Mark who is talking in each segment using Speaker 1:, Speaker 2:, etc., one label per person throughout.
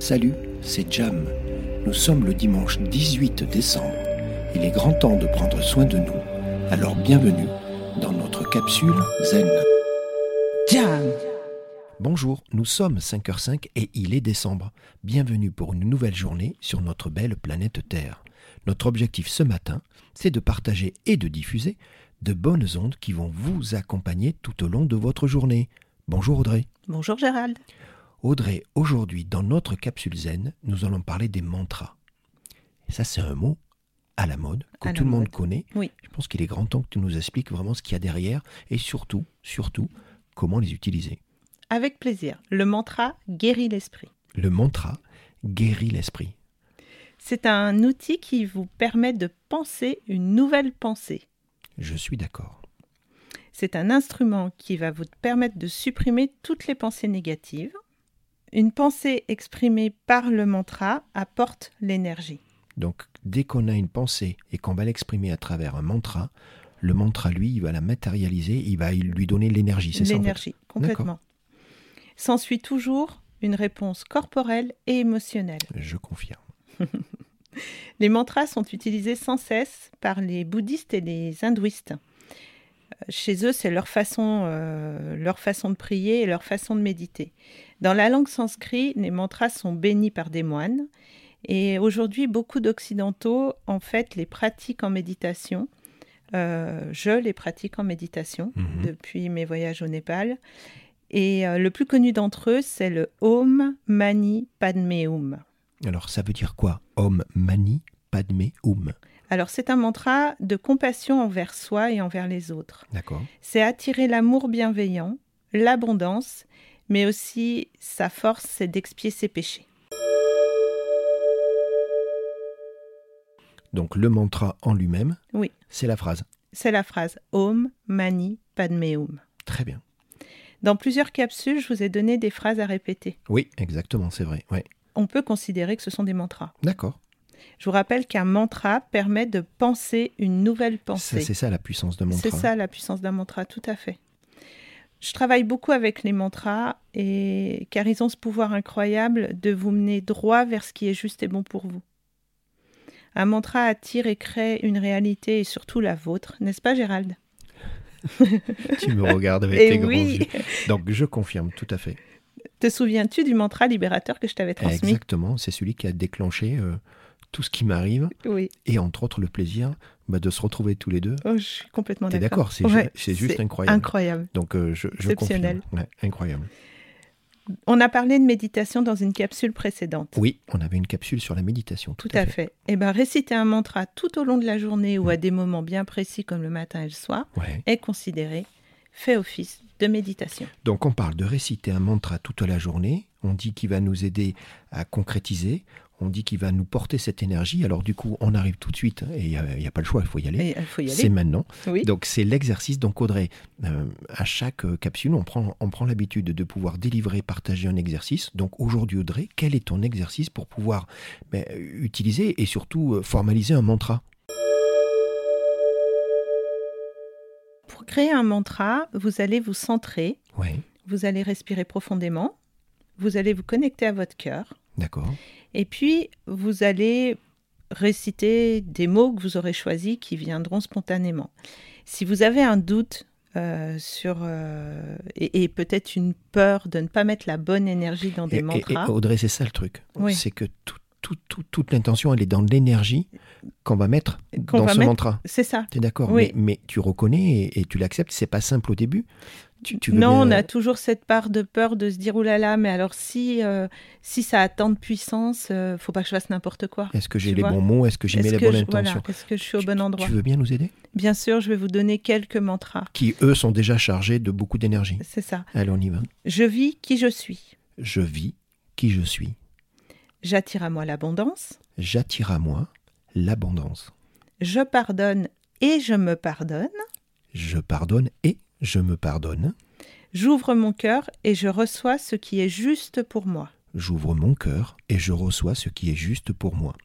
Speaker 1: Salut, c'est Jam. Nous sommes le dimanche 18 décembre. Il est grand temps de prendre soin de nous. Alors bienvenue dans notre capsule Zen.
Speaker 2: Jam.
Speaker 1: Bonjour, nous sommes 5h05 et il est décembre. Bienvenue pour une nouvelle journée sur notre belle planète Terre. Notre objectif ce matin, c'est de partager et de diffuser de bonnes ondes qui vont vous accompagner tout au long de votre journée. Bonjour Audrey.
Speaker 2: Bonjour Gérald.
Speaker 1: Audrey, aujourd'hui dans notre capsule zen, nous allons parler des mantras. Et ça, c'est un mot à la mode que
Speaker 2: À la
Speaker 1: tout le monde
Speaker 2: mode.
Speaker 1: connaît.
Speaker 2: Oui.
Speaker 1: Je pense qu'il est grand temps que tu nous expliques vraiment ce qu'il y a derrière et surtout, surtout, comment les utiliser.
Speaker 2: Avec plaisir. Le mantra guérit l'esprit.
Speaker 1: Le mantra guérit l'esprit.
Speaker 2: C'est un outil qui vous permet de penser une nouvelle pensée.
Speaker 1: Je suis d'accord.
Speaker 2: C'est un instrument qui va vous permettre de supprimer toutes les pensées négatives. Une pensée exprimée par le mantra apporte l'énergie.
Speaker 1: Donc, dès qu'on a une pensée et qu'on va l'exprimer à travers un mantra, le mantra, lui, il va la matérialiser, il va lui donner l'énergie, c'est ça en fait
Speaker 2: L'énergie, complètement. S'ensuit toujours une réponse corporelle et émotionnelle.
Speaker 1: Je confirme.
Speaker 2: Les mantras sont utilisés sans cesse par les bouddhistes et les hindouistes. Euh, Chez eux, c'est leur façon, euh, leur façon de prier et leur façon de méditer. Dans la langue sanskrit, les mantras sont bénis par des moines. Et aujourd'hui, beaucoup d'Occidentaux, en fait, les pratiquent en méditation. Euh, je les pratique en méditation
Speaker 1: Mhm.
Speaker 2: depuis mes voyages au Népal. Et euh, le plus connu d'entre eux, c'est le Om Mani Padme Hum.
Speaker 1: Alors, ça veut dire quoi Om mani padme hum.
Speaker 2: Alors c'est un mantra de compassion envers soi et envers les autres.
Speaker 1: D'accord
Speaker 2: C'est attirer l'amour bienveillant, l'abondance, mais aussi sa force, c'est d'expier ses péchés.
Speaker 1: Donc, le mantra en lui-même,
Speaker 2: Oui.
Speaker 1: c'est la phrase.
Speaker 2: C'est la phrase Om Mani Padme Hum.
Speaker 1: Très bien.
Speaker 2: Dans plusieurs capsules, je vous ai donné des phrases à répéter.
Speaker 1: Oui, exactement, c'est vrai. Ouais.
Speaker 2: On peut considérer que ce sont des mantras.
Speaker 1: D'accord.
Speaker 2: Je vous rappelle qu'un mantra permet de penser une nouvelle
Speaker 1: Ça,
Speaker 2: pensée.
Speaker 1: C'est ça la puissance de mantra.
Speaker 2: C'est ça la puissance d'un mantra, tout à fait. Je travaille beaucoup avec les mantras et car ils ont ce pouvoir incroyable de vous mener droit vers ce qui est juste et bon pour vous. Un mantra attire et crée une réalité et surtout la vôtre, n'est-ce pas Gérald
Speaker 1: Tu me regardes avec
Speaker 2: Eh
Speaker 1: tes gros
Speaker 2: oui
Speaker 1: yeux. Donc, je confirme, tout à fait.
Speaker 2: Te souviens-tu du mantra libérateur que je t'avais transmis
Speaker 1: Exactement, c'est celui qui a déclenché euh, tout ce qui m'arrive
Speaker 2: Oui,
Speaker 1: et entre autres le plaisir bah, de se retrouver tous les deux.
Speaker 2: Oh, je suis complètement
Speaker 1: T'es
Speaker 2: d'accord.
Speaker 1: d'accord, c'est ju-
Speaker 2: Ouais,
Speaker 1: c'est juste
Speaker 2: c'est
Speaker 1: incroyable.
Speaker 2: Incroyable.
Speaker 1: Donc euh, je, je
Speaker 2: Exceptionnel.
Speaker 1: confirme. Ouais, incroyable.
Speaker 2: On a parlé de méditation dans une capsule précédente.
Speaker 1: Oui, on avait une capsule sur la méditation. Tout,
Speaker 2: Tout à fait. Eh bien, réciter un mantra tout au long de la journée ou à des moments bien précis comme le matin et le soir
Speaker 1: Ouais.
Speaker 2: est considéré fait office de méditation.
Speaker 1: Donc on parle de réciter un mantra toute la journée. On dit qu'il va nous aider à concrétiser. On dit qu'il va nous porter cette énergie. Alors du coup, on arrive tout de suite et il n'y a, il y a pas le choix, il faut y aller.
Speaker 2: Et il faut y
Speaker 1: C'est
Speaker 2: aller.
Speaker 1: maintenant.
Speaker 2: Oui.
Speaker 1: Donc c'est l'exercice. Donc Audrey, euh, à chaque euh, capsule, on prend, on prend l'habitude de pouvoir délivrer, partager un exercice. Donc aujourd'hui Audrey, quel est ton exercice pour pouvoir ben, utiliser et surtout euh, formaliser un mantra
Speaker 2: Pour créer un mantra, vous allez vous centrer,
Speaker 1: Oui,
Speaker 2: vous allez respirer profondément, vous allez vous connecter à votre cœur,
Speaker 1: d'accord.
Speaker 2: et puis vous allez réciter des mots que vous aurez choisis qui viendront spontanément. Si vous avez un doute euh, sur euh, et, et peut-être une peur de ne pas mettre la bonne énergie dans
Speaker 1: Et- oh.
Speaker 2: des
Speaker 1: et- et
Speaker 2: mantras,
Speaker 1: Audrey, c'est ça le truc.
Speaker 2: Oui.
Speaker 1: C'est que tout- tout- tout- toute l'intention, elle est dans l'énergie qu'on va mettre
Speaker 2: Qu'on
Speaker 1: dans
Speaker 2: va
Speaker 1: ce
Speaker 2: mettre-
Speaker 1: mantra.
Speaker 2: c'est ça.
Speaker 1: Tu es d'accord
Speaker 2: Oui.
Speaker 1: mais, mais tu reconnais et, et tu l'acceptes, c'est pas simple au début. Tu, tu veux
Speaker 2: non, on
Speaker 1: bien- euh,
Speaker 2: a toujours cette part de peur de se dire oulala, là là, mais alors si euh, si ça a tant de puissance, euh, faut pas que je fasse n'importe quoi.
Speaker 1: Est-ce que j'ai
Speaker 2: tu
Speaker 1: les
Speaker 2: vois.
Speaker 1: bons mots Est-ce que j'ai mis
Speaker 2: Est-ce
Speaker 1: les
Speaker 2: que
Speaker 1: bonnes
Speaker 2: je- voilà,
Speaker 1: intentions
Speaker 2: Est-ce que je suis au
Speaker 1: Tu-
Speaker 2: bon
Speaker 1: tu-
Speaker 2: endroit
Speaker 1: Tu veux bien nous aider
Speaker 2: Bien sûr, je vais vous donner quelques mantras.
Speaker 1: Qui, eux, sont déjà chargés de beaucoup d'énergie.
Speaker 2: C'est ça.
Speaker 1: Allez, on y va.
Speaker 2: Je vis qui je suis.
Speaker 1: Je vis qui je suis.
Speaker 2: J'attire à moi l'abondance.
Speaker 1: J'attire à moi l'abondance.
Speaker 2: Je pardonne et je me pardonne.
Speaker 1: Je pardonne et je me pardonne.
Speaker 2: J'ouvre mon cœur et je reçois ce qui est juste pour moi.
Speaker 1: J'ouvre mon cœur et je reçois ce qui est juste pour moi.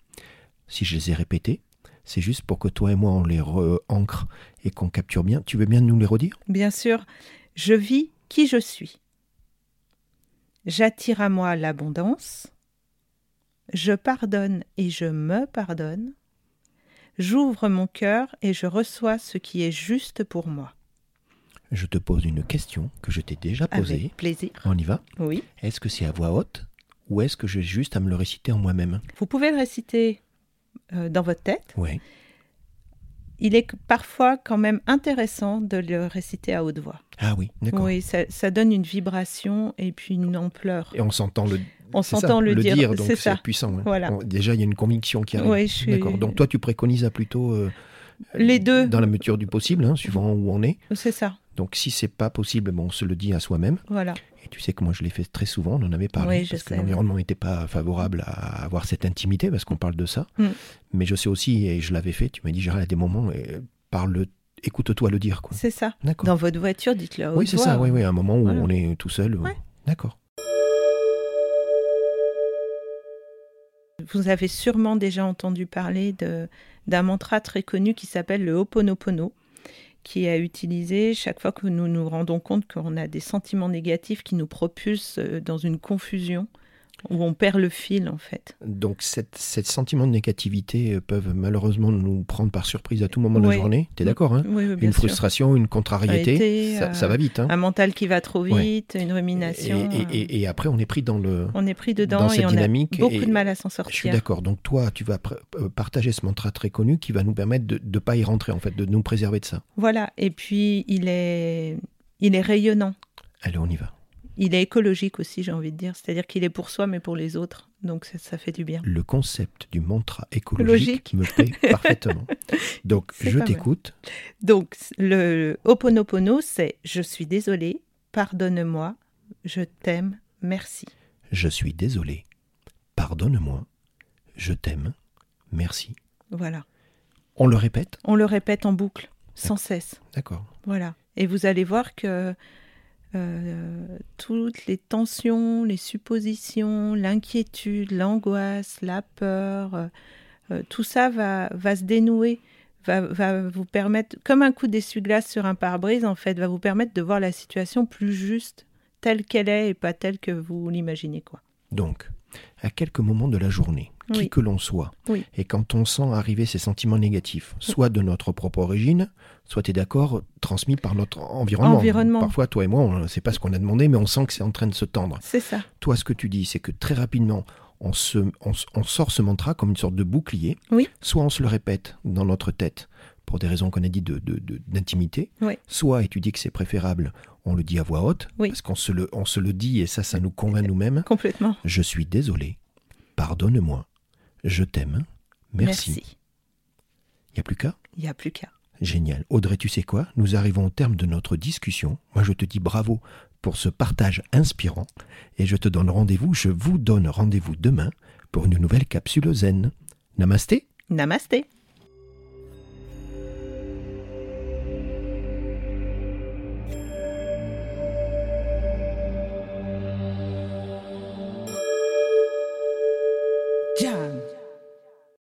Speaker 1: Si je les ai répétés, c'est juste pour que toi et moi on les re-ancre et qu'on capture bien. Tu veux bien nous les redire
Speaker 2: Bien sûr, je vis qui je suis. J'attire à moi l'abondance. Je pardonne et je me pardonne. J'ouvre mon cœur et je reçois ce qui est juste pour moi.
Speaker 1: Je te pose une question que je t'ai déjà posée.
Speaker 2: Avec plaisir.
Speaker 1: On y va
Speaker 2: Oui.
Speaker 1: Est-ce que c'est à voix haute ou est-ce que j'ai juste à me le réciter en moi-même
Speaker 2: Vous pouvez le réciter euh, dans votre tête.
Speaker 1: Oui.
Speaker 2: Il est parfois quand même intéressant de le réciter à haute voix.
Speaker 1: Ah oui, d'accord.
Speaker 2: Oui, ça, ça donne une vibration et puis une ampleur.
Speaker 1: Et on s'entend le,
Speaker 2: On
Speaker 1: c'est ça,
Speaker 2: s'entend le, dire,
Speaker 1: donc
Speaker 2: c'est
Speaker 1: c'est
Speaker 2: ça.
Speaker 1: puissant. ouais.
Speaker 2: Voilà.
Speaker 1: On- déjà, il y a une conviction qui arrive.
Speaker 2: Ouais, je suis-
Speaker 1: D'accord. Donc toi, tu préconises à plutôt euh,
Speaker 2: Les deux,
Speaker 1: dans la mesure du possible, hein, suivant où on est.
Speaker 2: c'est ça.
Speaker 1: Donc si c'est pas possible, bon, on se le dit à soi-même.
Speaker 2: Voilà.
Speaker 1: Et tu sais que moi, je l'ai fait très souvent. On en avait parlé
Speaker 2: Oui, je
Speaker 1: parce que
Speaker 2: sais,
Speaker 1: l'environnement n'était pas favorable à avoir cette intimité, parce qu'on parle de ça.
Speaker 2: Mm.
Speaker 1: Mais je sais aussi, et je l'avais fait. Tu m'as dit, Gérald, à des moments, euh, parle, écoute-toi le dire, quoi.
Speaker 2: C'est ça.
Speaker 1: D'accord.
Speaker 2: Dans votre voiture, dites-le à haute
Speaker 1: Oui, c'est
Speaker 2: voix.
Speaker 1: ça. Oui, oui, à un moment où
Speaker 2: Voilà.
Speaker 1: on est tout seul. euh,
Speaker 2: Ouais.
Speaker 1: D'accord.
Speaker 2: Vous avez sûrement déjà entendu parler de- d'un mantra très connu qui s'appelle le Ho Oponopono, qui est à utiliser chaque fois que nous nous rendons compte qu'on a des sentiments négatifs qui nous propulsent euh, dans une confusion où on perd le fil en fait.
Speaker 1: Donc, cette, cette sentiment de négativité euh, peuvent malheureusement nous prendre par surprise à tout moment de la
Speaker 2: Ouais.
Speaker 1: journée. T'es d'accord hein
Speaker 2: Oui, oui, bien
Speaker 1: Une
Speaker 2: sûr.
Speaker 1: frustration, une contrariété,
Speaker 2: Arrêter,
Speaker 1: ça,
Speaker 2: euh,
Speaker 1: ça va vite. Hein
Speaker 2: Un mental qui va trop
Speaker 1: Ouais.
Speaker 2: vite, une rumination.
Speaker 1: et, et-
Speaker 2: euh,
Speaker 1: et- et après, on est pris dans le.
Speaker 2: on est pris
Speaker 1: dans
Speaker 2: dedans
Speaker 1: cette
Speaker 2: et on
Speaker 1: dynamique
Speaker 2: a beaucoup
Speaker 1: et-
Speaker 2: de mal à s'en
Speaker 1: Je suis
Speaker 2: sortir.
Speaker 1: d'accord. Donc toi, tu vas pr- euh, partager ce mantra très connu qui va nous permettre de ne pas y rentrer, en fait, de nous préserver de ça.
Speaker 2: Voilà. Et puis il est, il est rayonnant.
Speaker 1: Allez, on y va.
Speaker 2: Il est écologique aussi, j'ai envie de dire. C'est-à-dire qu'il est pour soi, mais pour les autres. Donc ça, ça fait du bien.
Speaker 1: Le concept du mantra écologique
Speaker 2: Logique.
Speaker 1: me plaît parfaitement. Donc,
Speaker 2: C'est
Speaker 1: je
Speaker 2: pas mal.
Speaker 1: t'écoute.
Speaker 2: Donc le Ho Oponopono, c'est je suis désolé, pardonne-moi, je t'aime, merci.
Speaker 1: Je suis désolé. Pardonne-moi. Je t'aime. Merci.
Speaker 2: Voilà.
Speaker 1: On le répète
Speaker 2: On le répète en boucle, sans cesse.
Speaker 1: D'accord.
Speaker 2: Voilà. Et vous allez voir que euh, toutes les tensions, les suppositions, l'inquiétude, l'angoisse, la peur, euh, euh, tout ça va, va se dénouer, va, va vous permettre, comme un coup d'essuie-glace sur un pare-brise, en fait, va vous permettre de voir la situation plus juste, telle qu'elle est et pas telle que vous l'imaginez, quoi.
Speaker 1: Donc, à quelques moments de la journée, qui
Speaker 2: Oui.
Speaker 1: que l'on soit,
Speaker 2: Oui.
Speaker 1: et quand on sent arriver ces sentiments négatifs, soit de notre propre origine, soit, tu es d'accord, transmis par notre environnement.
Speaker 2: Environnement.
Speaker 1: Parfois, toi et moi, on ne sait pas ce qu'on a demandé, mais on sent que c'est en train de se tendre.
Speaker 2: C'est ça.
Speaker 1: Toi, ce que tu dis, c'est que très rapidement, on, se, on, s- on sort ce mantra comme une sorte de bouclier.
Speaker 2: Oui.
Speaker 1: Soit on se le répète dans notre tête pour des raisons qu'on a dit de- de- de- d'intimité.
Speaker 2: Oui.
Speaker 1: Soit, et tu dis que c'est préférable, on le dit à voix haute,
Speaker 2: Oui. Euh,
Speaker 1: parce qu'on se, le, on se le dit et ça, ça nous convainc nous-mêmes.
Speaker 2: Complètement.
Speaker 1: Je suis désolé. Pardonne-moi. Je t'aime. Merci. Il n'y a plus qu'à
Speaker 2: Il n'y a plus qu'à.
Speaker 1: Génial. Audrey, tu sais quoi Nous arrivons au terme de notre discussion. Moi, je te dis bravo pour ce partage inspirant et je te donne rendez-vous, je vous donne rendez-vous demain pour une nouvelle capsule zen. Namasté
Speaker 2: Namasté.